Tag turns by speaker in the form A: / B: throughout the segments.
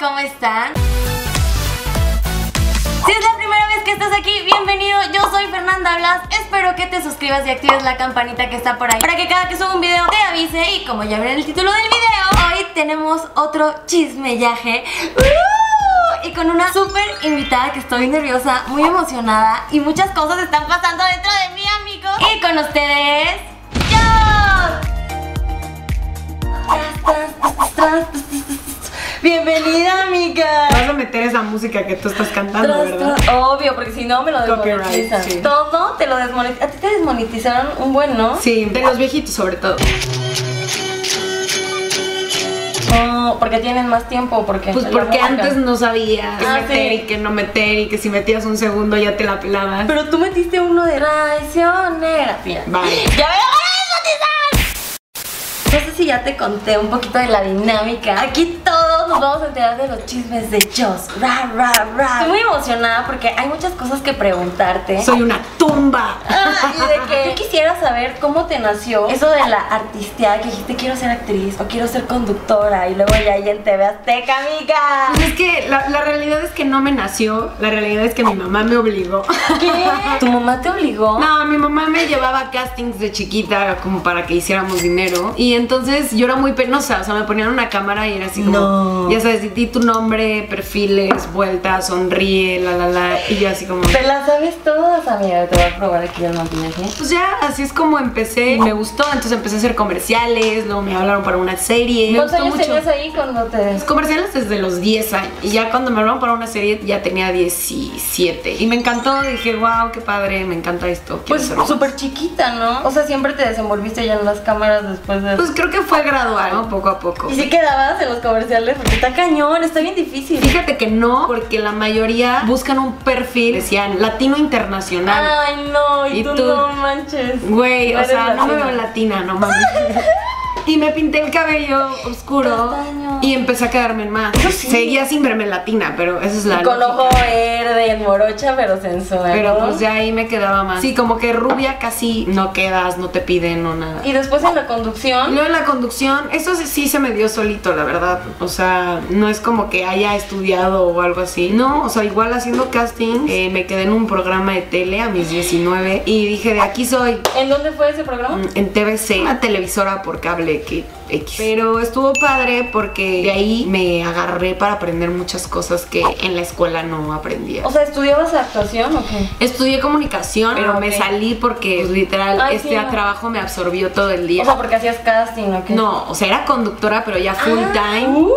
A: ¿cómo están? Si es la primera vez que estás aquí, bienvenido. Yo soy Fernanda Blas. Espero que te suscribas y actives la campanita que está por ahí para que cada que suba un video te avise. Y como ya ven en el título del video, hoy tenemos otro chismellaje. ¡Uh! Y con una súper invitada que estoy nerviosa, muy emocionada y muchas cosas están pasando dentro de mí, amigos. Y con ustedes, yo. Tras, tras, tras, tras. Bienvenida, amiga.
B: Vas a meter esa música que tú estás cantando,
A: Tras,
B: ¿verdad?
A: tras. Obvio, porque si no me lo
B: Copyright,
A: desmonetizan.
B: sí.
A: Todo te lo desmonetizaron. A ti te desmonetizaron un buen, ¿no?
B: Sí, de los viejitos sobre todo.
A: No, porque tienen más tiempo, porque.
B: Pues
A: la
B: porque
A: música.
B: antes no sabías
A: Ah,
B: meter
A: sí.
B: y que no meter y que si metías un segundo ya te la pelabas.
A: Pero tú metiste uno de traicionera, tía.
B: Vale.
A: ¡Ya me lo van a desmonetizar! No sé si ya te conté un poquito de la dinámica. Aquí todos nos vamos a enterar de los chismes de Joss. Ra, ra, ra. Estoy muy emocionada porque hay muchas cosas que preguntarte.
B: Soy una tumba.
A: Ah, y de que yo quisiera saber cómo te nació eso de la artisteada que dijiste quiero ser actriz o quiero ser conductora y luego ya ahí en TV Azteca, amiga.
B: Pues es que la, la realidad es que no me nació, la realidad es que mi mamá me obligó.
A: ¿Qué? ¿Tu mamá te obligó?
B: No, mi mamá me llevaba a castings de chiquita como para que hiciéramos dinero. Y entonces yo era muy penosa, o sea, me ponían una cámara y era así como,
A: No.
B: ya sabes, di- di tu nombre, perfiles, vuelta, sonríe, la, la, la. Y yo así como...
A: Te la sabes todas, amiga. Te voy a probar aquí el maquillaje.
B: Pues ya, así es como empecé y me gustó. Entonces empecé a hacer comerciales, luego me hablaron para una serie. Me
A: ¿Cuántos
B: gustó
A: años
B: mucho.
A: tenías ahí cuando te...
B: Los comerciales desde los 10 años. Y ya cuando me hablaron para una serie ya tenía 17. Y me encantó, dije, wow, qué padre, me encanta esto. quiero
A: Pues
B: hacerlo".
A: súper chiquita, ¿no? O sea, siempre te desenvolviste ya en las cámaras después de...
B: Pues creo que fue gradual, ¿no? Poco a poco.
A: y si quedabas en los comerciales porque está cañón, está bien difícil.
B: Fíjate que no, porque la mayoría buscan un perfil, decían, latino internacional.
A: Ay, no, y,
B: ¿Y
A: tú,
B: tú?
A: no manches.
B: Güey,
A: No
B: o
A: eres
B: sea, no me
A: latina.
B: veo latina, no mames. y me pinté el cabello oscuro
A: Castaño.
B: y empecé a quedarme en más.
A: Eso sí.
B: Seguía sin verme latina, pero esa es la
A: Con
B: lógica.
A: ojo verde, morocha, pero sensual.
B: Pero
A: ¿no?
B: pues ya ahí me quedaba más. Sí, como que rubia casi no quedas, no te piden o nada.
A: Y después en la
B: Y
A: conducción.
B: luego en la conducción, eso sí- sí se me dio solito, la verdad. O sea, no es como que haya estudiado o algo así. No, o sea, igual haciendo casting, eh, me quedé en un programa de tele a mis 19 y dije, de aquí soy.
A: ¿En dónde fue ese programa?
B: Mm, en TVC, una televisora por cable que X. Pero estuvo padre porque de ahí me agarré para aprender muchas cosas que en la escuela no aprendía.
A: O sea, ¿estudiabas actuación o qué?
B: Estudié comunicación, pero
A: Ah,
B: me
A: ok.
B: salí porque pues, literal
A: Ay,
B: este
A: sí, no.
B: trabajo me absorbió todo el día.
A: O sea, porque hacías casting o qué.
B: no, o sea, era conductora, pero ya full
A: Ah,
B: time.
A: Uy.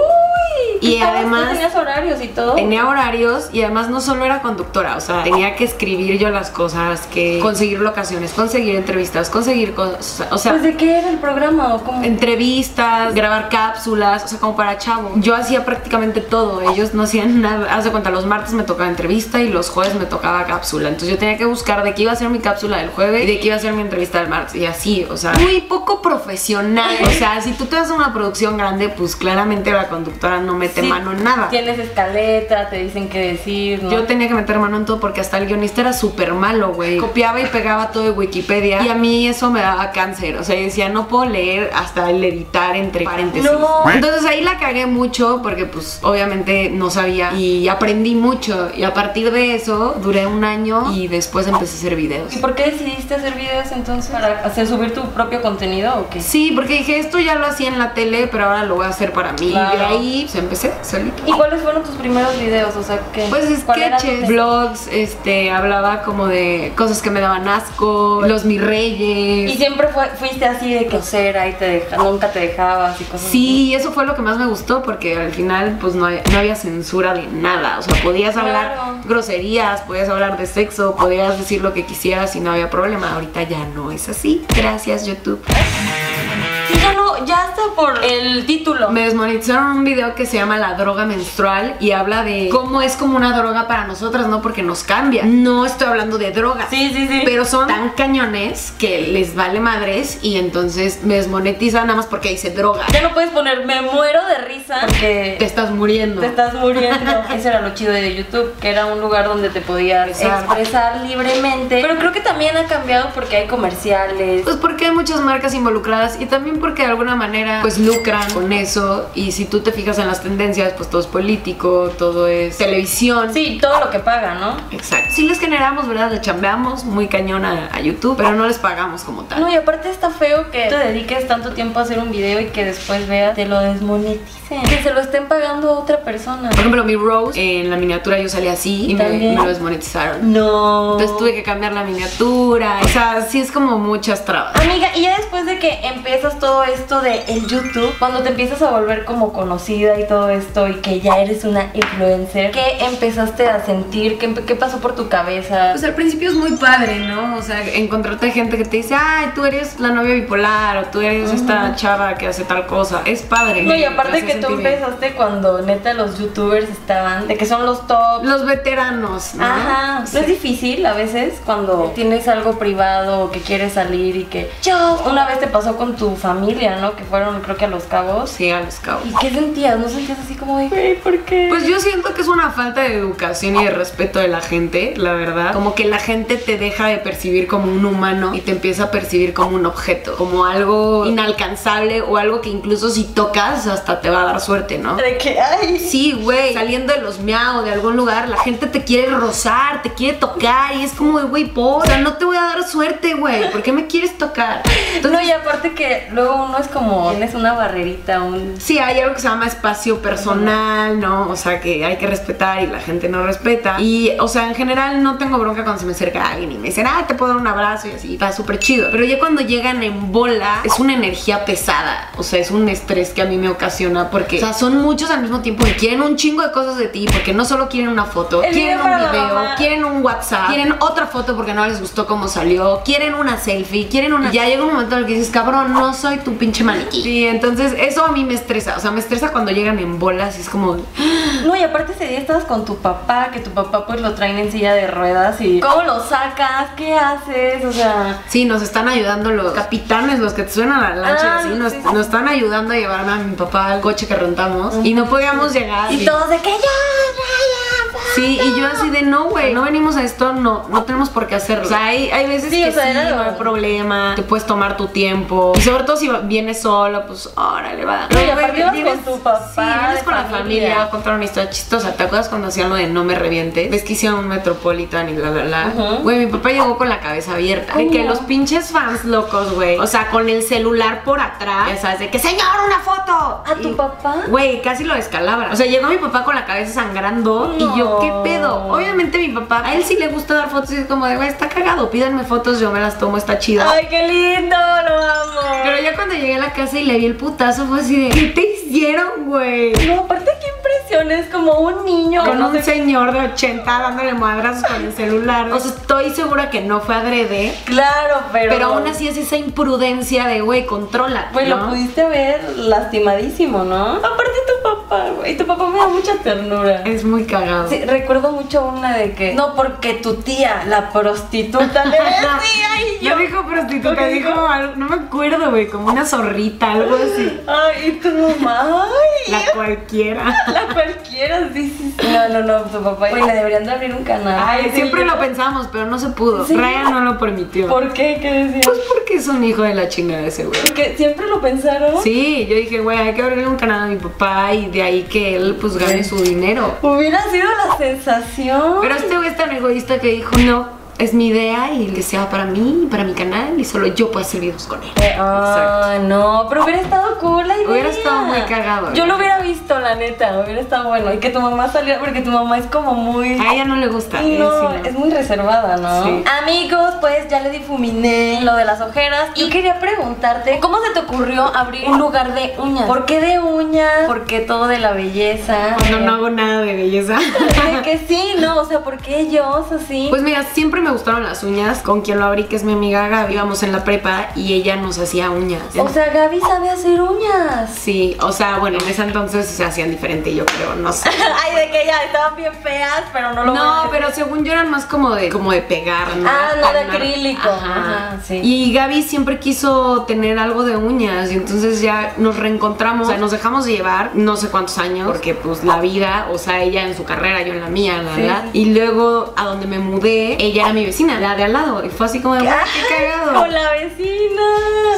B: Y
A: estabas-
B: además-
A: ¿tú tenías horarios y todo.
B: Tenía horarios y además no solo era conductora, o sea, tenía que escribir yo las cosas, que conseguir locaciones, conseguir entrevistas, conseguir cosas, o sea,
A: Pues de qué era el programa o cómo.
B: entrevistas, grabar cápsulas, o sea, como para chavo. Yo hacía prácticamente todo, ellos no hacían nada. Haz de cuenta, los martes me tocaba entrevista y los jueves me tocaba cápsula. Entonces yo tenía que buscar de qué iba a ser mi cápsula del jueves y de qué iba a ser mi entrevista del martes. Y así, o sea, muy poco profesional. O sea, si tú te vas a una producción grande, pues claramente la conductora no mete
A: Sí,
B: mano en nada.
A: Tienes escaleta, te dicen qué decir, ¿no?
B: Yo tenía que meter mano en todo porque hasta el guionista era súper malo, güey. Copiaba y pegaba todo de Wikipedia y a mí eso me daba cáncer. O sea, yo decía, no puedo leer hasta el editar entre paréntesis.
A: No.
B: Entonces ahí la cagué mucho porque pues obviamente no sabía y aprendí mucho. Y a partir de eso duré un año y después empecé a hacer videos.
A: ¿Y por qué decidiste hacer videos entonces? ¿Para hacer subir tu propio contenido o qué?
B: Sí, porque dije, esto ya lo hacía en la tele, pero ahora lo voy a hacer para mí. Y de
A: Claro.
B: ahí pues, empecé solito.
A: ¿Y cuáles fueron tus primeros videos? O sea, ¿qué?
B: Pues
A: ¿Cuál era tu
B: sketches,
A: te-
B: blogs, este, hablaba como de cosas que me daban asco, los mis
A: Y
B: reyes.
A: siempre fue- fuiste así de cosera y te deja, nunca te dejabas y cosas así.
B: Sí, eso fue lo que más me gustó porque al final pues no, hay- no había censura de nada, o sea, podías hablar
A: Claro.
B: groserías, podías hablar de sexo, podías decir lo que quisieras y no había problema, ahorita ya no es así. Gracias YouTube.
A: Sí, ya no, ya hasta por el título.
B: Me desmonetizaron un video que se llama La droga menstrual y habla de cómo es como una droga para nosotras, ¿no? Porque nos cambia. No estoy hablando de drogas.
A: Sí, sí, sí.
B: Pero son tan cañones que les vale madres y entonces me desmonetizan nada más porque dice droga.
A: ya no puedes poner me muero de risa porque
B: Te estás muriendo.
A: te estás muriendo. Eso era lo chido de YouTube, que era un lugar donde te podías
B: Expresar.
A: expresar libremente. Pero creo que también ha cambiado porque hay comerciales.
B: Pues porque hay muchas marcas involucradas y también porque de alguna manera pues lucran con eso y si tú te fijas en las tendencias pues todo es político, todo es televisión.
A: Sí, todo lo que paga, ¿no?
B: Exacto. Sí les generamos, ¿verdad? Le chambeamos muy cañón a, a YouTube, pero no les pagamos como tal.
A: No, y aparte está feo que te dediques tanto tiempo a hacer un video y que después veas, te lo desmoneticen. Que se lo estén pagando a otra persona.
B: Por ejemplo, mi Rose, en la miniatura yo salí así y me,
A: También.
B: me lo desmonetizaron.
A: No.
B: Entonces tuve que cambiar la miniatura. O sea, sí es como muchas trabas.
A: Amiga, y ya después de que empiezas todo esto de el YouTube, cuando te empiezas a volver como conocida y todo esto y que ya eres una influencer, ¿qué empezaste a sentir? ¿Qué, qué pasó por tu cabeza?
B: Pues al principio es muy padre, ¿no? O sea, encontrarte gente que te dice, ay, tú eres la novia bipolar o tú eres esta chava que hace tal cosa. Es padre.
A: No, y
B: te
A: aparte
B: hace
A: que tú
B: sentir bien.
A: empezaste cuando neta los youtubers estaban, de que son los top.
B: Los veteranos, ¿no?
A: Ajá,
B: Sí.
A: no es difícil a veces cuando tienes algo privado o que quieres salir y que yo una vez te pasó con tu familia, ¿no? Que fueron creo que a los cabos.
B: Sí, a los cabos.
A: ¿Y qué sentías? ¿No sentías así como de, "Güey, ¿por qué?
B: Pues yo siento que es una falta de educación y de respeto de la gente, la verdad. Como que la gente te deja de percibir como un humano y te empieza a percibir como un objeto, como algo inalcanzable o algo que incluso si tocas hasta te va a dar suerte, ¿no?
A: de que ay,
B: Sí, güey, saliendo de los miau de algún lugar, la gente te quiere rozar, te quiere tocar y es como, de, güey, por, o sea, no te voy a dar suerte, güey, ¿por qué me quieres tocar? Entonces,
A: no, y aparte que luego uno es como, tienes una barrerita, un...
B: Sí, hay algo que se llama espacio personal, ¿no? O sea, que hay que respetar y la gente no respeta. Y, o sea, en general no tengo bronca cuando se me acerca alguien y me dicen, ah, te puedo dar un abrazo y así, va súper chido. Pero ya cuando llegan en bola, es una energía pesada. O sea, es un estrés que a mí me ocasiona porque, o sea, son muchos al mismo tiempo y quieren un chingo de cosas de ti porque no solo quieren una foto,
A: El
B: quieren
A: video
B: un
A: para la
B: video,
A: mamá.
B: quieren un WhatsApp, quieren otra foto porque no les gustó cómo salió, quieren una selfie, quieren una. Y ya llega un momento en el que dices, cabrón, no soy tu pinche maniquí. Sí, entonces eso a mí me estresa. O sea, me estresa cuando llegan en bolas y es como.
A: No, y aparte ese día estabas con tu papá, que tu papá pues lo traen en silla de ruedas y... ¿Cómo lo sacas? ¿Qué haces? O sea...
B: Sí, nos están ayudando los capitanes, los que te suenan a la lancha
A: Ah,
B: y así. Nos,
A: sí.
B: nos están ayudando a llevarme a mi papá al coche que rentamos y no podíamos llegar.
A: Y todos de que ya, ya, ya, ya.
B: Sí, y yo así de no, güey, no venimos a esto, no, no tenemos por qué hacerlo. O sea, hay, hay veces
A: Sí,
B: que
A: o sea,
B: sí,
A: era lo-
B: no hay problema, te puedes tomar tu tiempo. Y sobre todo si vienes solo, pues órale, va.
A: No, y
B: Güey,
A: aparte ibas
B: vienes-
A: con tu papá,
B: Sí, vienes
A: de
B: con la
A: familia.
B: familia, contar una historia chistosa. ¿Te acuerdas cuando hacían lo de no me revientes? Ves que hicieron un Metropolitan y bla, bla, bla.
A: Ujú.
B: Güey, mi papá llegó con la cabeza abierta. De que
A: no.
B: los pinches fans locos, güey. O sea, con el celular por atrás. Ya sabes, de que señor, una foto.
A: ¿A tu
B: Y-
A: papá?
B: Güey, casi lo descalabra. O sea, llegó mi papá con la cabeza sangrando y yo, ¿qué
A: No.
B: pedo? Obviamente mi papá, a él sí le gusta dar fotos y es como de, güey, está cagado, pídanme fotos, yo me las tomo, está chido.
A: Ay, qué lindo, lo amo.
B: Pero ya cuando llegué a la casa y le vi el putazo fue así de, ¿qué te hicieron, güey?
A: No, aparte qué impresión, es como un niño.
B: Con
A: no
B: un señor de 80 dándole madrazos con el celular. O sea, estoy segura que no fue adrede,
A: Claro, pero...
B: pero aún así es esa imprudencia de, güey, controla.
A: Pues lo pudiste ver lastimadísimo, ¿no? Aparte tu papá, güey. Tu papá me da mucha ternura.
B: Es muy cagado.
A: Sí, recuerdo mucho una de que no porque tu tía, la prostituta, le decía y yo.
B: No dijo
A: ¿Lo
B: prostituta,
A: que
B: dijo,
A: dijo?
B: algo- no me acuerdo, güey, como una zorrita, algo así.
A: Ay, y tu mamá, ay,
B: La cualquiera.
A: la cualquiera, sí, sí, sí. No, no, no, tu papá. Güey, le deberían de abrir un canal.
B: Ay,
A: Sí,
B: siempre
A: yo-
B: lo pensamos, pero no se pudo.
A: Sí.
B: Ryan no lo permitió.
A: ¿Por qué? ¿Qué decía?
B: Pues porque es un hijo de la chingada ese güey.
A: Porque siempre lo pensaron.
B: Sí, yo dije, güey, hay que abrirle un canal a mi papá y de ahí que él pues gane su dinero.
A: Hubiera sido la sensación.
B: Pero este güey es tan egoísta que dijo, no, es mi idea y que sea para mí, para mi canal y solo yo puedo hacer videos con él.
A: Eh, Ah, no, pero hubiera estado cool la idea.
B: Hubiera estado muy cagado.
A: Yo lo hubiera visto, la neta, hubiera estado bueno. Y que tu mamá saliera, porque tu mamá es como muy...
B: A ella no le gusta. a él
A: Eh, No,
B: sí no.
A: es muy reservada, ¿no?
B: Sí.
A: Amigos, pues ya le difuminé lo de las ojeras y quería preguntarte, ¿cómo se te ocurrió abrir un lugar de uñas? ¿Por qué de uñas? ¿Por qué todo de la belleza?
B: No, no hago nada de belleza.
A: De que sí, ¿no? O sea, ¿por qué ellos así?
B: Pues mira, siempre me gustaron las uñas. Con quien lo abrí, que es mi amiga Gaby, íbamos en la prepa y ella nos hacía uñas.
A: o sea, Gaby sabe hacer uñas.
B: Sí, o sea, bueno, en ese entonces se hacían diferente, yo creo, no sé.
A: Ay, de que ya estaban bien feas, pero no lo voy a
B: No,
A: decir.
B: pero según yo eran más como de como de pegar, ¿no?
A: Ah, no, de
B: Armar.
A: acrílico. Ajá, sí.
B: Y Gaby siempre quiso tener algo de uñas y entonces ya nos reencontramos, o sea, nos dejamos de llevar no sé cuántos años, porque pues la vida, o sea, ella en su carrera, yo en la mía, la
A: Sí.
B: verdad. Y luego a donde me mudé, ella era mi vecina, la de al lado, y fue así como de, "Güey, qué cagado."
A: Con la vecina.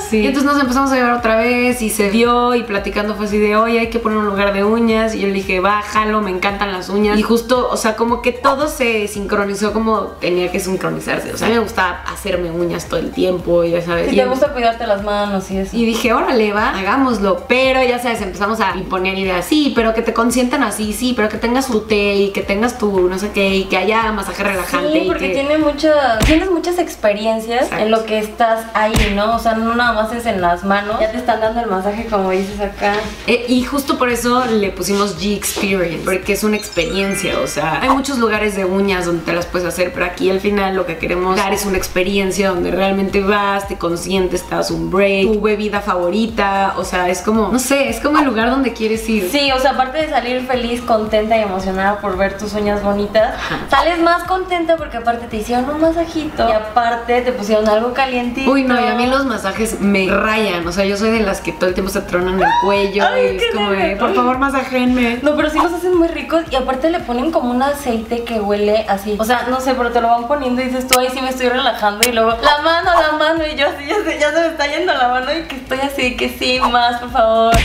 B: Sí. Y entonces nos empezamos a llevar otra vez y se dio y platicando fue así de, oye, hay que poner un lugar de uñas. Y yo le dije, bájalo, me encantan las uñas. Y justo, o sea, como que todo se sincronizó como tenía que sincronizarse. O sea, a mí me gustaba hacerme uñas todo el tiempo, ya sabes.
A: Si
B: Y
A: te
B: en-
A: gusta cuidarte las manos y eso.
B: y dije, órale, va, hagámoslo. Pero ya sabes, empezamos a imponer ideas. Sí, pero que te consientan así, sí, pero que tengas tu té y que tengas tu no sé qué y que haya masaje relajante.
A: Sí,
B: y
A: porque
B: que-
A: tiene muchas, tienes muchas experiencias
B: Exacto.
A: en lo que estás ahí, ¿no? O sea, no nada más es en las manos. Ya te están dando el masaje como dices acá.
B: Eh, y justo por eso le pusimos G Experience, porque es una experiencia, o sea, hay muchos lugares de uñas donde te las puedes hacer, pero aquí al final lo que queremos dar es una experiencia donde realmente vas, te consientes, te das un break, tu bebida favorita, o sea, es como, no sé, es como el lugar donde quieres ir.
A: Sí, o sea, aparte de salir feliz, contenta y emocionada por ver tus uñas bonitas, sales más contenta porque aparte te hicieron un masajito y aparte te pusieron algo calientito.
B: Uy, no, y a mí los masajes me rayan. O sea, yo soy de las que todo el tiempo se tronan el cuello.
A: Ay,
B: y
A: qué
B: es como, de,
A: nervio.
B: por favor, masajenme.
A: No, pero sí los hacen muy ricos y aparte le ponen como un aceite que huele así. O sea, no sé, pero te lo van poniendo y dices tú, ay, sí me estoy relajando. Y luego, la mano, la mano. Y yo así, ya se, ya se me está yendo la mano y que estoy así, que sí, más, por favor.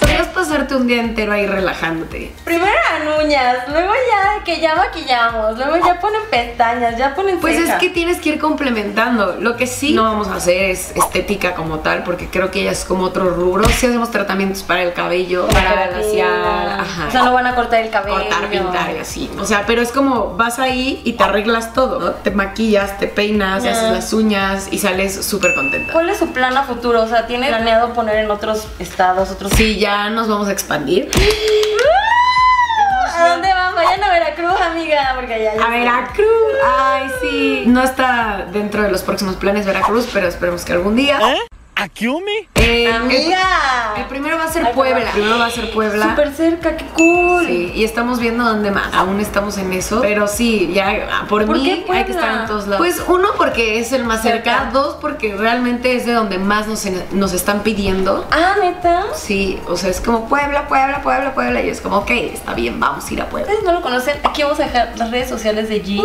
B: Podrías pasarte un día entero ahí relajándote.
A: Primero eran uñas, luego ya, que ya maquillamos, luego ya ponen pestañas, ya ponen
B: Pues es
A: ceja.
B: que tienes que ir complementando. Lo que sí no vamos a hacer es estética como tal, porque creo que ella es como otro rubro. Sí hacemos tratamientos para el cabello, para balancear, ajá.
A: O sea, no van a cortar el cabello.
B: cortar, pintar y así. O sea, pero es como vas ahí y te arreglas todo. ¿no? Te maquillas, te peinas, te haces
A: Ajá.
B: las uñas y sales súper contenta.
A: ¿Cuál es su plan a futuro? O sea, ¿tiene planeado poner en otros estados, otros...
B: Sí, ya nos vamos a expandir.
A: ¿A dónde van? Vayan a Veracruz, amiga, porque allá...
B: A Veracruz. Ay, sí. No está dentro de los próximos planes Veracruz, pero esperemos que algún día.
C: ¿A qué hombre?
B: Eh,
A: amiga.
B: El, el primero va a ser
A: Ay,
B: Puebla.
A: perdón.
B: Primero va a ser Puebla.
A: Súper cerca, qué cool.
B: Sí, y estamos viendo dónde más. Aún estamos en eso. Pero sí, ya ah, por,
A: ¿Por qué
B: mí
A: Puebla?
B: hay que estar en todos lados. Pues uno, porque es el más cerca.
A: Cerca.
B: Dos, porque realmente es de donde más nos, nos están pidiendo.
A: Ah, neta.
B: Sí, o sea, es como Puebla, Puebla, Puebla, Puebla. Y es como, ok, está bien, vamos a ir a Puebla.
A: Ustedes no lo conocen. Aquí vamos a dejar las redes sociales de G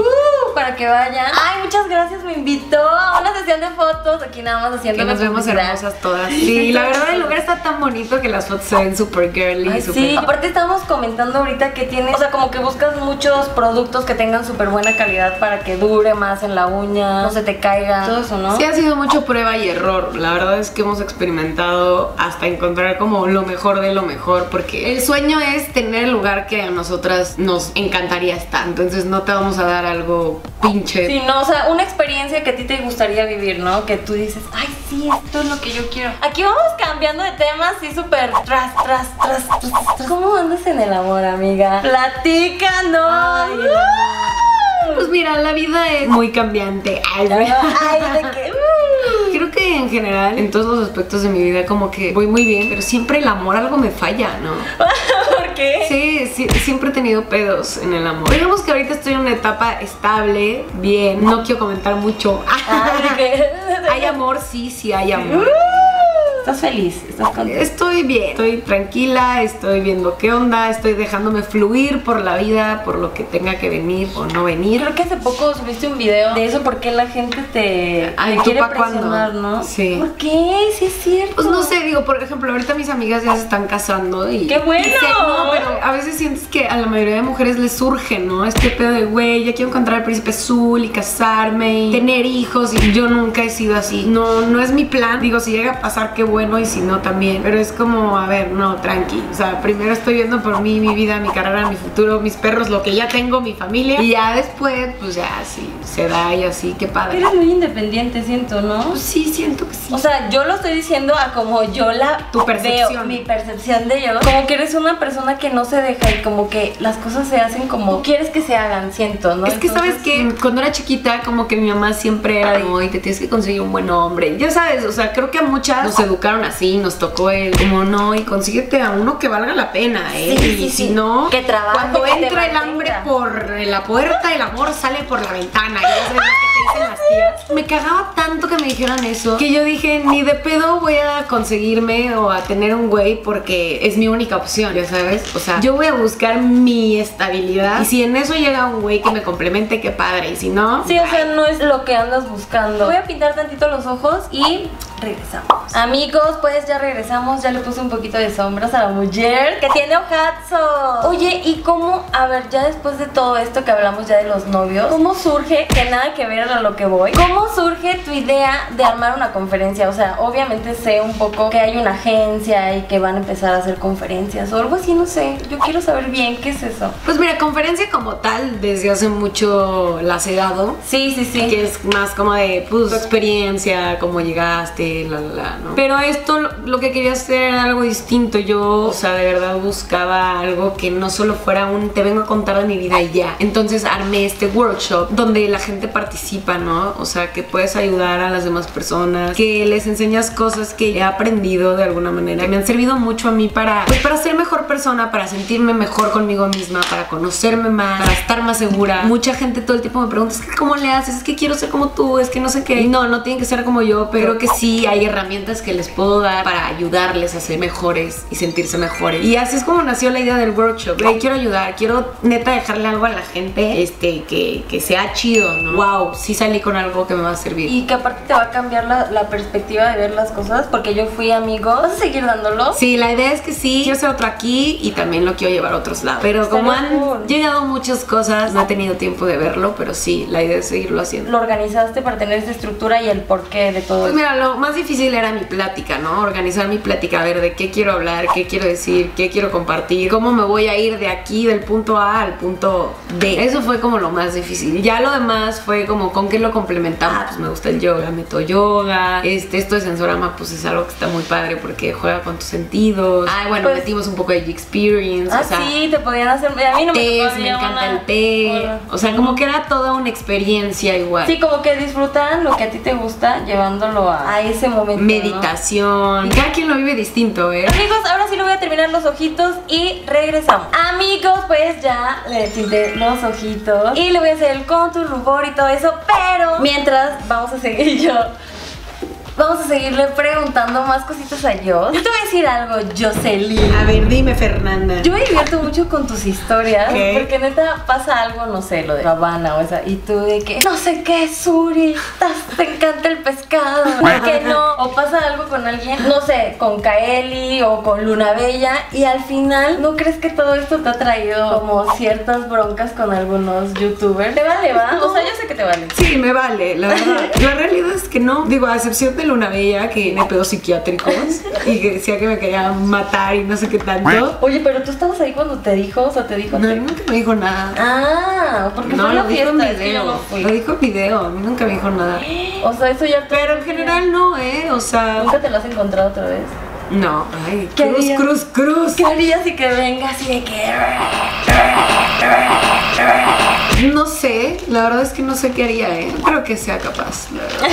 A: para que vayan. Uh. Ay, muchas gracias, me invitó a una sesión de fotos. Aquí nada más haciendo
B: Que nos vemos hermosas todas. Sí, la verdad el lugar está tan bonito que las fotos se ven super girly.
A: Ay,
B: super
A: sí, aparte estamos comentando ahorita que tiene, o sea, como que buscas muchos productos que tengan súper buena calidad para que dure más en la uña, no se te caiga, todo eso, ¿no?
B: Sí ha sido mucho prueba y error. La verdad es que hemos experimentado hasta encontrar como lo mejor de lo mejor, porque el sueño es tener el lugar que a nosotras nos encantaría estar. Entonces no te vamos a dar algo pinche.
A: Sí, no, o sea, una experiencia que a ti te gustaría vivir, ¿no? Que tú dices, ay, sí, esto es lo que yo quiero. Aquí vamos cambiando de temas, sí, súper tras, tras, tras, tras, tras. ¿Cómo andas en el amor, amiga? Platícanos.
B: Ay, el amor. Pues mira, la vida es muy cambiante. Ay, güey.
A: Ay, de que... mm.
B: Creo que en general, en todos los aspectos de mi vida, como que voy muy bien, pero siempre el amor algo me falla, ¿no?
A: ¿Por qué?
B: Sí, sí, siempre he tenido pedos en el amor. Digamos que ahorita estoy en una etapa estable, bien. No quiero comentar mucho.
A: Ay, de que...
B: Hay amor, sí, sí hay amor.
A: Estás feliz, estás contenta.
B: Estoy bien, estoy tranquila, estoy viendo qué onda, estoy dejándome fluir por la vida, por lo que tenga que venir o no venir.
A: Creo que hace poco subiste un video de eso porque la gente te,
B: Ay,
A: te
B: ¿tú
A: quiere
B: pa' cuándo?
A: presionar, ¿no?
B: Sí.
A: ¿Por qué? Sí es cierto.
B: Pues no sé, digo, por ejemplo, ahorita mis amigas ya se están casando y...
A: ¡Qué bueno!
B: y sé- no, pero a veces sientes que a la mayoría de mujeres les surge, ¿no? Este pedo de, güey, ya quiero encontrar al príncipe azul y casarme y tener hijos y yo nunca he sido así. No, no es mi plan. Digo, si llega a pasar, qué bueno y si no, también. Pero es como, a ver, no, tranqui. O sea, primero estoy viendo por mí, mi vida, mi carrera, mi futuro, mis perros, lo que ya tengo, mi familia. Y ya después, pues ya, sí, se da y así, qué padre.
A: Eres muy independiente, siento, ¿no?
B: Pues sí, siento que sí.
A: O sea, yo lo estoy diciendo a como yo la
B: Tu percepción.
A: veo, mi percepción de yo. Como que eres una persona que no se deja y como que las cosas se hacen como quieres que se hagan, siento, ¿no?
B: Es que sabes
A: Entonces,
B: que cuando era chiquita como que mi mamá siempre era de, "Ay, te tienes que conseguir un buen hombre." Ya sabes, o sea, creo que a muchas nos educaron así, nos tocó el como no y consíguete a uno que valga la pena, eh.
A: Sí,
B: y
A: sí,
B: si
A: sí.
B: no,
A: Que trabaje,
B: cuando
A: que te
B: entra el hambre
A: mantenga.
B: por la puerta, el amor sale por la ventana. Y ya sabes lo que te dicen las
A: hacías.
B: Me cagaba tanto que me dijeran eso que yo dije, ni de pedo voy a conseguirme o a tener un güey porque es mi única opción, ya sabes. O sea, yo voy a buscar mi estabilidad y si en eso llega un güey que me complemente, qué padre. Y si no,
A: Sí, o sea, no es lo que andas buscando. Voy a pintar tantito los ojos y regresamos. Amigos, pues ya regresamos. Ya le puse un poquito de sombras a la mujer que tiene ojazo. Oye, ¿y cómo? A ver, ya después de todo esto que hablamos ya de los novios, ¿cómo surge, que nada que ver a lo que voy, cómo surge tu idea de armar una conferencia? O sea, obviamente sé un poco que hay una agencia y que van a empezar a hacer conferencias o algo así, no sé. Yo quiero saber bien qué es eso.
B: Pues mira, conferencia como tal, desde hace mucho la he dado.
A: Sí, sí, sí.
B: Que es más como de, pues, tu experiencia, cómo llegaste, la, la, la, ¿no? Pero esto lo- lo que quería hacer era algo distinto. Yo, o sea, de verdad buscaba algo que no solo fuera un te vengo a contar de mi vida y ya. Entonces armé este workshop donde la gente participa, ¿no? O sea, que puedes ayudar a las demás personas, que les enseñas cosas que he aprendido de alguna manera, que me han servido mucho a mí para, pues, para ser mejor persona, para sentirme mejor conmigo misma, para conocerme más, para estar más segura. Mucha gente todo el tiempo me pregunta, es que cómo le haces, es que quiero ser como tú, es que no sé qué. Y no, no tienen que ser como yo, pero creo que sí hay herramientas que les puedo dar para ayudarles a ser mejores y sentirse mejores. Y así es como nació la idea del workshop. Güey, quiero ayudar, quiero neta dejarle algo a la gente, este, que, que sea chido, ¿no? Wow, sí salí con algo que me va a servir.
A: Y que aparte te va a cambiar la, la perspectiva de ver las cosas, porque yo fui amigo. ¿Vas a seguir dándolo?
B: Sí, la idea es que sí, quiero hacer otro aquí y también lo quiero llevar a otros lados. Pero como
A: Estaría
B: han
A: cool.
B: llegado muchas cosas, no he tenido tiempo de verlo, pero sí, la idea es seguirlo haciendo.
A: Lo organizaste para tener esta estructura y el porqué de todo
B: Pues
A: esto.
B: mira, lo más difícil era mi plática, ¿no? Organizar mi plática, a ver de qué quiero hablar, qué quiero decir, qué quiero compartir, cómo me voy a ir de aquí, del punto A al punto B. Eso fue como lo más difícil. Ya lo demás fue como con qué lo complementamos.
A: Ah.
B: Pues me gusta el yoga, meto yoga. Este, esto de sensorama, pues es algo que está muy padre porque juega con tus sentidos. Ay, bueno,
A: Pues-
B: metimos un poco de G-Experience.
A: Ah,
B: o sea,
A: sí, te podían hacer. A mí no me
B: tés,
A: tocó,
B: me
A: había
B: encanta
A: una-
B: el té.
A: una-
B: O sea, como que era toda una experiencia igual.
A: Sí, como que disfrutan lo que a ti te gusta llevándolo a, a ese momento. ¿no?
B: Meditación. Cada quien lo vive distinto, ¿eh?
A: Amigos, ahora sí lo voy a terminar los ojitos y regresamos. Amigos, pues ya le pinté los ojitos y le voy a hacer el contour, rubor y todo eso, pero mientras vamos a seguir yo. Vamos a seguirle preguntando más cositas a Jos. Yo te voy a decir algo, Jocelyn.
B: A ver, dime, Fernanda.
A: Yo me divierto mucho con tus historias
B: Ok.
A: porque neta pasa algo, no sé, lo de Habana o esa, y tú de que no sé qué, Suri, estás- te encanta el pescado, ¿por qué no? O pasa algo con alguien, no sé, con Kaeli o con Luna Bella y al final, ¿no crees que todo esto te ha traído como ciertas broncas con algunos youtubers? ¿Te vale, va? O sea, yo sé que te vale.
B: Sí, me vale, la verdad. La realidad es que no. Digo, a excepción de Luna Bella, que tiene pedos psiquiátricos y que decía que me quería matar y no sé qué tanto.
A: Oye, pero tú estabas ahí cuando te dijo, o sea, te dijo.
B: No,
A: te-
B: nunca me dijo nada.
A: Ah, porque
B: No,
A: fue
B: lo
A: la
B: dijo
A: fiesta,
B: en
A: es que yo
B: video.
A: no fui.
B: Lo dijo en video, a mí nunca me dijo nada.
A: O sea, eso ya.
B: Pero en general no, ¿eh? O sea,
A: ¿Nunca te lo has encontrado otra vez?
B: no. Ay,
A: ¿Qué
B: cruz,
A: haría?
B: cruz, cruz.
A: ¿Qué harías si Pues que venga así de que... "Ah".
B: No sé, la verdad es que no sé qué haría, ¿eh? No creo que sea capaz, la verdad.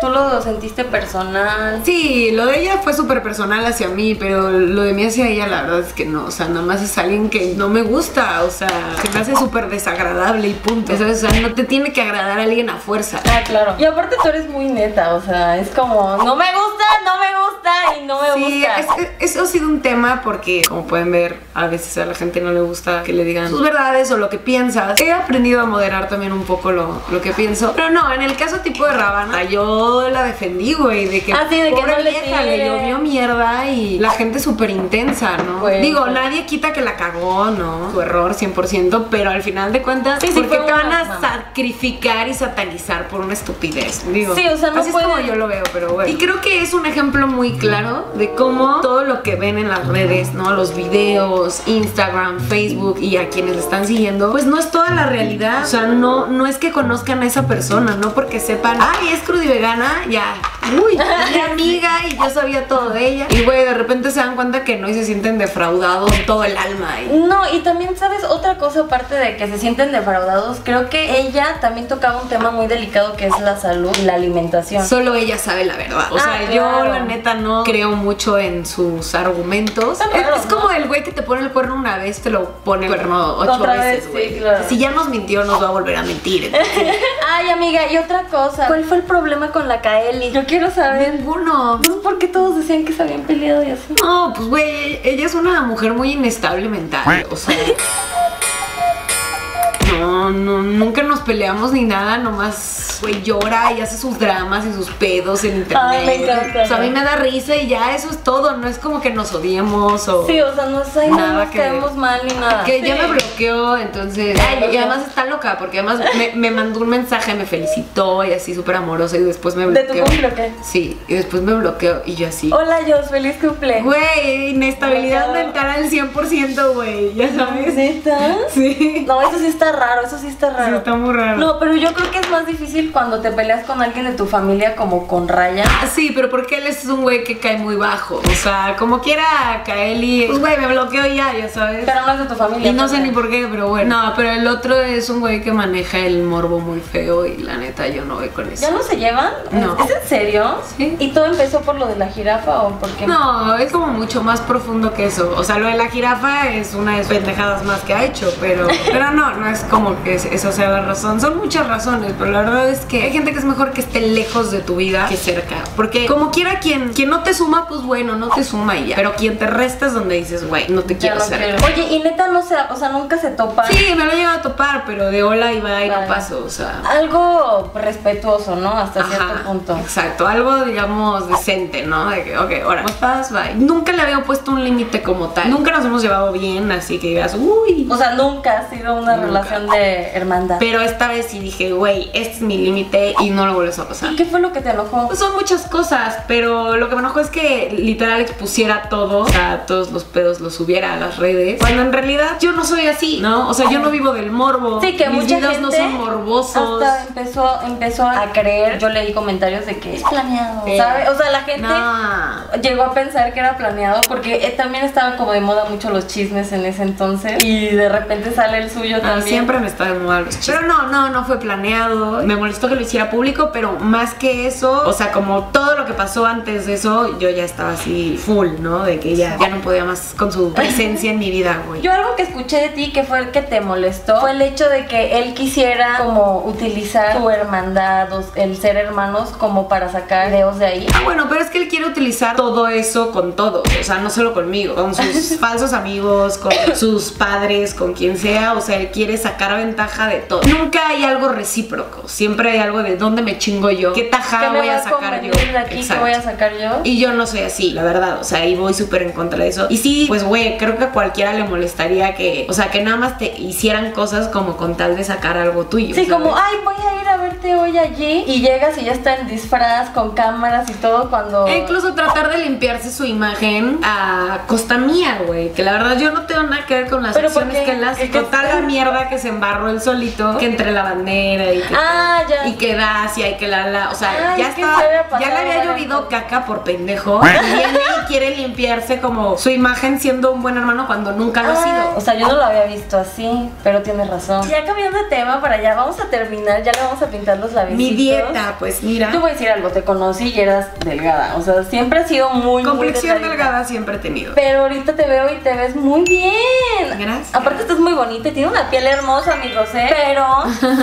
A: Tú lo sentiste personal.
B: Sí, lo de ella fue súper personal hacia mí, pero lo de mí hacia ella la verdad es que no, o sea, nada más es alguien que no me gusta, o sea, se me hace súper desagradable y punto, ¿sabes? O sea, no te tiene que agradar a alguien a fuerza.
A: Ah, claro. Y aparte tú eres muy neta, o sea, es como... No me gusta, no me gusta y no me
B: Sí,
A: gusta.
B: es- es- eso ha sido un tema porque, como pueden ver, a veces a la gente no le gusta que le digan sus verdades o lo que piensas. He aprendido a moderar también un poco lo, lo que pienso. Pero no, en el caso tipo de Rabana, yo la defendí, güey, de que,
A: Ah, sí, de que
B: pobre
A: no le
B: vieja,
A: tire.
B: llovió mierda y la gente súper intensa, ¿no?
A: Güey,
B: Digo,
A: sí.
B: nadie quita que la cagó, ¿no? Su error 100%, pero al final de cuentas,
A: Sí, sí,
B: ¿por qué
A: fue
B: te
A: una
B: van a
A: mamá.
B: sacrificar y satanizar por una estupidez? Digo,
A: Sí, o sea, no
B: así es como
A: puede-
B: yo lo veo, pero bueno. Y creo que es un ejemplo muy claro de cómo todo lo que ven en las redes, ¿no? Los videos, Instagram, Facebook y a quienes le están siguiendo, pues no es toda la realidad. O sea, no, no es que conozcan a esa persona, no porque sepan, ay, es cruda y vegana, ya. Uy, mi amiga y yo sabía todo de ella. Y güey, de repente se dan cuenta que no y se sienten defraudados todo el alma. y-
A: No, y también, ¿sabes? Otra cosa aparte de que se sienten defraudados, creo que ella también tocaba un tema muy delicado que es la salud y la alimentación.
B: Solo ella sabe la verdad. O
A: Ah,
B: sea,
A: claro.
B: yo la neta no creo mucho mucho en sus argumentos.
A: Está raro,
B: es, es como el güey que te pone el cuerno una vez, te lo pone el cuerno ocho
A: Otra vez,
B: veces,
A: sí,
B: güey.
A: claro.
B: Si ya nos mintió, nos va a volver a mentir. entonces,
A: Ay, amiga, y otra cosa. ¿Cuál fue el problema con la Kaeli? Yo quiero saber.
B: Ninguno.
A: No, ¿Por qué todos decían que se habían peleado y así?
B: No, pues güey, ella es una mujer muy inestable mental, o sea. No, no, nunca nos peleamos ni nada, nomás güey llora y hace sus dramas y sus pedos en internet.
A: Ay, me encanta.
B: O sea, a mí me da risa y ya eso es todo, no es como que nos odiemos o
A: Sí, o sea, no sé, no
B: Nada
A: nos
B: que
A: caemos
B: ver.
A: mal ni nada.
B: que ya me bloqueó, entonces
A: Ay,
B: y
A: bloqueó.
B: además está loca porque además me, me mandó un mensaje, me felicitó y así súper amorosa y después me
A: ¿De tu
B: bloqueó.
A: cumple o qué?
B: sí, y después me bloqueó y yo así.
A: Hola, Jos, feliz cumple.
B: Güey, inestabilidad
A: Bloqueado.
B: mental al 100%, güey, ya sabes.
A: ¿Neta?
B: Sí.
A: No, eso sí está raro, eso sí está
B: Sí,
A: raro.
B: está muy raro.
A: No, pero yo creo que es más difícil cuando te peleas con alguien de tu familia como con Raya.
B: Sí, pero porque él es un güey que cae muy bajo. O sea, como quiera, Kaeli. Pues güey, me bloqueó y ya, ya sabes.
A: Pero no es de tu familia.
B: Y no sé
A: también.
B: ni por qué, pero bueno. No, pero el otro es un güey que maneja el morbo muy feo y la neta yo no voy con
A: ¿Ya
B: eso.
A: no se llevan?
B: No.
A: ¿Es en serio?
B: Sí.
A: ¿Y todo empezó por lo de la jirafa o por qué?
B: No, es como mucho más profundo que eso. O sea, lo de la jirafa es una de sus pendejadas más que ha hecho, pero, pero no, no es como que es- esa sea la razón. Son muchas razones, pero la verdad es que hay gente que es mejor que esté lejos de tu vida que cerca. Porque como quiera quien, quien no te suma, pues bueno, no te suma y ya. Pero quien te resta es donde dices, güey, no te
A: Ya
B: quiero
A: no
B: cerca.
A: quiero. Oye, y neta no se, o sea, nunca se topan.
B: Sí, me lo he llegado a topar, pero de hola y bye no
A: Claro.
B: paso, o sea.
A: Algo respetuoso, ¿no? Hasta cierto
B: Ajá,
A: punto.
B: Exacto, algo digamos decente, ¿no? De que, ok, ahora, ¿cómo estás? Pues, Bye. Nunca le había puesto un límite como tal. Nunca nos hemos llevado bien, así que digas, uy.
A: O sea, nunca ha sido una
B: Nunca.
A: relación de hermandad.
B: Pero esta vez sí dije, güey, este es mi límite y no lo vuelves a pasar.
A: ¿Y qué fue lo que te enojó?
B: Pues son muchas cosas, pero lo que me enojó es que literal expusiera todo, o sea, todos los pedos los subiera a las redes, cuando en realidad yo no soy así, ¿no? O sea, yo no vivo del morbo.
A: Sí, que
B: Mis
A: mucha
B: videos
A: gente
B: no son morbosos.
A: Hasta empezó, empezó a creer. Yo leí comentarios de que es planeado.
B: Sí.
A: ¿Sabes? O sea, la gente
B: Nah.
A: llegó a pensar que era planeado porque eh, también estaban como de moda mucho los chismes en ese entonces. Y de repente sale el suyo
B: Ah,
A: también.
B: siempre me está de moda los chistes. Pero no, no, no fue planeado. Me molestó que lo hiciera público, pero más que eso, o sea, como todo lo que pasó antes de eso, yo ya estaba así full, ¿no? De que ya, ya no podía más con su presencia en mi vida, güey.
A: Yo algo que escuché de ti que fue el que te molestó fue el hecho de que él quisiera como utilizar tu hermandad, o el ser hermanos como para sacar videos de ahí.
B: Ah, bueno, pero es que él quiere utilizar todo eso con todo, o sea, no solo conmigo, con sus falsos amigos, con sus padres, con quien sea, o sea, él quiere sacar ventaja de todo. Nunca hay algo recíproco, siempre hay algo de dónde me chingo yo, qué tajada
A: ¿Qué me
B: Ah, voy
A: va
B: a sacar yo.
A: convenir de aquí? ¿Qué
B: Exacto.
A: voy a sacar yo?
B: Y yo no soy así, la verdad. O sea, y voy súper en contra de eso. Y sí, pues, güey, creo que a cualquiera le molestaría que, o sea, que nada más te hicieran cosas como con tal de sacar algo tuyo.
A: Sí,
B: ¿sabes?
A: como, ay, voy a ir a verte hoy allí. Y llegas y ya está en disfraz, con cámaras y todo, cuando.
B: E incluso tratar de limpiarse su imagen a costa mía, güey. Que la verdad yo no tengo nada que ver con las
A: Pero
B: acciones
A: porque
B: que él hace.
A: es que-
B: Total la mierda que se embarró él solito. Que entre la bandera y que...
A: Ah, ya.
B: Y que da y hay que la la. O sea,
A: Ay,
B: ya
A: es que
B: estaba.
A: se había
B: Ya le
A: pasado
B: había
A: varias
B: llovido
A: cosas.
B: caca por pendejo. Y viene y quiere limpiarse como su imagen siendo un buen hermano cuando nunca lo ha
A: Ah, O
B: sido.
A: sea, yo no lo había visto así, pero tienes razón. Ya cambiando de tema para allá, vamos a terminar, ya le vamos a pintar los labios.
B: Mi dieta, pues mira.
A: Te voy a decir algo, te conocí y eras delgada. O sea, siempre has sido muy. muy
B: Complexión
A: delgadita.
B: delgada siempre he tenido.
A: Pero ahorita te veo y te ves muy bien.
B: Gracias.
A: Aparte estás muy bonita, y tiene una piel hermosa, mi Rosé. Pero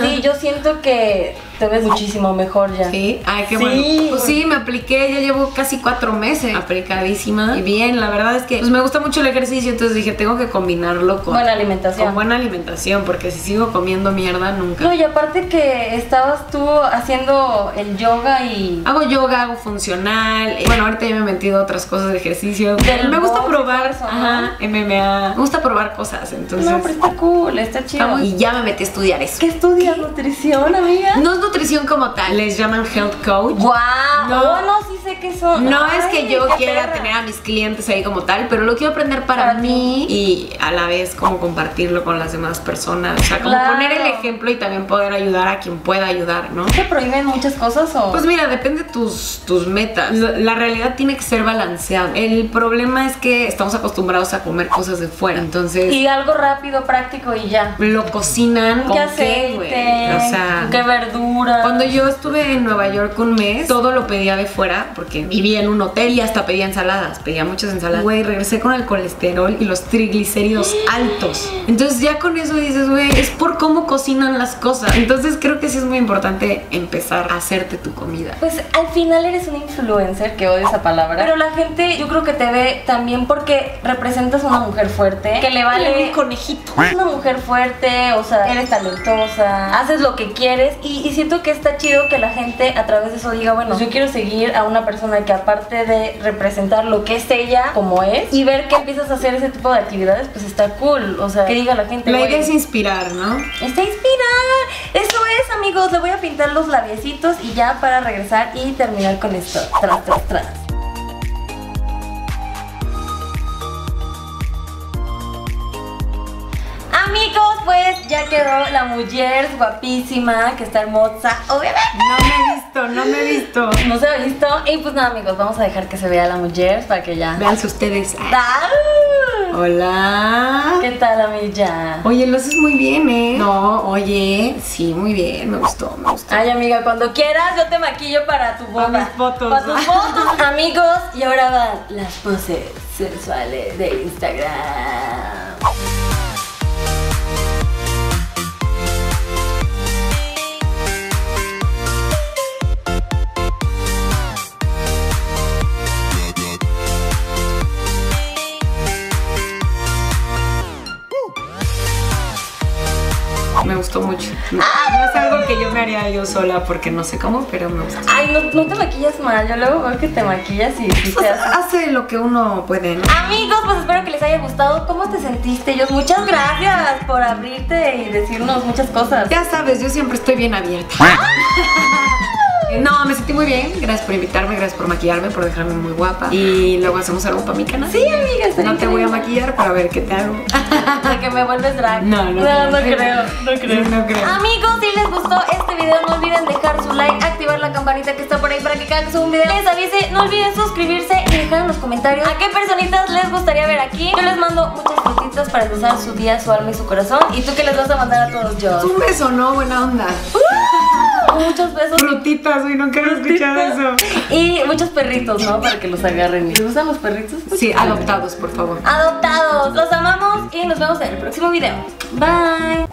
A: sí, yo siento que te ves muchísimo mejor ya.
B: Sí, ay, qué
A: Sí.
B: bueno. Pues sí, me apliqué, ya llevo casi cuatro meses aplicadísima. Y bien, la verdad es que pues, me gusta mucho el ejercicio, entonces dije, tengo que combinarlo con,
A: Buena alimentación.
B: con buena alimentación, porque si sigo comiendo mierda, nunca.
A: No, y aparte que estabas tú haciendo el yoga y...
B: Hago yoga, hago funcional. eh, Bueno, ahorita ya me he metido a otras cosas de ejercicio.
A: Del
B: me gusta
A: box y
B: probar
A: todo eso,
B: ajá, MMA. Me gusta probar cosas, entonces.
A: no, pero está cool, está chido.
B: estamos- y ya me metí a estudiar eso.
A: ¿Qué estudias? ¿Nutrición, amiga?
B: No es nutrición como tal, les llaman health coach.
A: ¡Guau!
B: No.
A: No. no, sí sé que son.
B: No es
A: Ay,
B: que yo
A: qué
B: quiera
A: perra.
B: tener a mis clientes ahí como tal, pero lo quiero aprender para,
A: Para ti.
B: mí y a la vez como compartirlo con las demás personas. O sea, como
A: Claro.
B: poner el ejemplo y también poder ayudar a quien pueda ayudar, ¿no?
A: ¿Te prohíben muchas cosas o...?
B: Pues mira, depende tus, tus metas. La la realidad tiene que ser balanceada. El problema es que estamos acostumbrados a comer cosas de fuera, entonces
A: y algo rápido, práctico y ya.
B: lo cocinan con
A: ¿Qué
B: qué,
A: aceite?
B: güey. O sea,
A: ¿Qué verdura?
B: cuando yo estuve en Nueva York un mes, todo lo pedía de fuera, porque vivía en un hotel y hasta pedía ensaladas, pedía muchas ensaladas. Güey, regresé con el colesterol y los triglicéridos altos. Entonces ya con eso dices, güey, es por cómo cocinan las cosas. Entonces creo que sí es muy importante empezar a hacerte tu comida.
A: Pues al final eres un influencer, que odio esa palabra. Pero la gente yo creo que te ve también porque representas a una mujer fuerte, que le vale...
B: conejito.
A: Es una mujer fuerte, o sea, eres talentosa, haces lo que quieres y, y siento que está chido que la gente a través de eso diga, bueno, Pues yo quiero seguir a una persona que aparte de representar lo que es ella como es y ver que empiezas a hacer ese tipo de actividades, pues está cool, o sea, que diga la gente.
B: La
A: "Güey,
B: idea es inspirar, ¿no?
A: Está inspirada. Eso es, amigos. Le voy a pintar los labiecitos y ya para regresar y terminar con esto. Tras, tras, tras. Amigos, pues ya quedó la mujer guapísima, que está hermosa, obviamente.
B: No me he visto, no me he visto.
A: No se ha visto. Y pues nada, amigos, vamos a dejar que se vea la mujer para que ya.
B: Véanse ustedes.
A: ¡Ah!
B: Hola.
A: ¿Qué tal, amiga?
B: Oye, lo haces muy bien, ¿eh? No, oye, sí, muy bien, me gustó, me gustó.
A: Ay, amiga, cuando quieras yo te maquillo para tu boda.
B: Para mis fotos.
A: Para tus fotos, amigos. Y ahora van las poses sensuales de Instagram.
B: Me gustó mucho. No, no es algo que yo me haría yo sola porque no sé cómo, pero me gustó.
A: Ay, no, no te maquillas mal. Yo luego veo que te maquillas y, y te haces.
B: Hace lo que uno puede, ¿no?
A: Amigos, pues espero que les haya gustado. ¿Cómo te sentiste? Yo, muchas gracias por abrirte y decirnos muchas cosas.
B: Ya sabes, yo siempre estoy bien abierta. Eh, No, me sentí muy bien. Gracias por invitarme, gracias por maquillarme, por dejarme muy guapa. Y luego hacemos algo para mi canal.
A: Sí, amiga, está
B: No te voy a
A: increíble.
B: maquillar para ver qué te hago.
A: De que me vuelves drag.
B: No, no
A: no, no
B: creo.
A: creo, no creo. Ah.
B: No creo.
A: Amigos, si les gustó este video, no olviden dejar su like, activar la campanita que está por ahí para que cada que suba un video les avise. No olviden suscribirse y dejar en los comentarios a qué personitas les gustaría ver aquí. Yo les mando muchas cositas para empezar su día, su alma y su corazón. ¿Y tú qué les vas a mandar a todos yo?
B: Un beso, ¿no? Buena onda.
A: Muchos besos.
B: Frutitas, uy, nunca he escuchado eso.
A: Y muchos perritos, ¿no? Para que los agarren. ¿Les gustan los perritos?
B: Sí, adoptados, por favor.
A: Adoptados. Los amamos y nos vemos en el próximo video. Bye.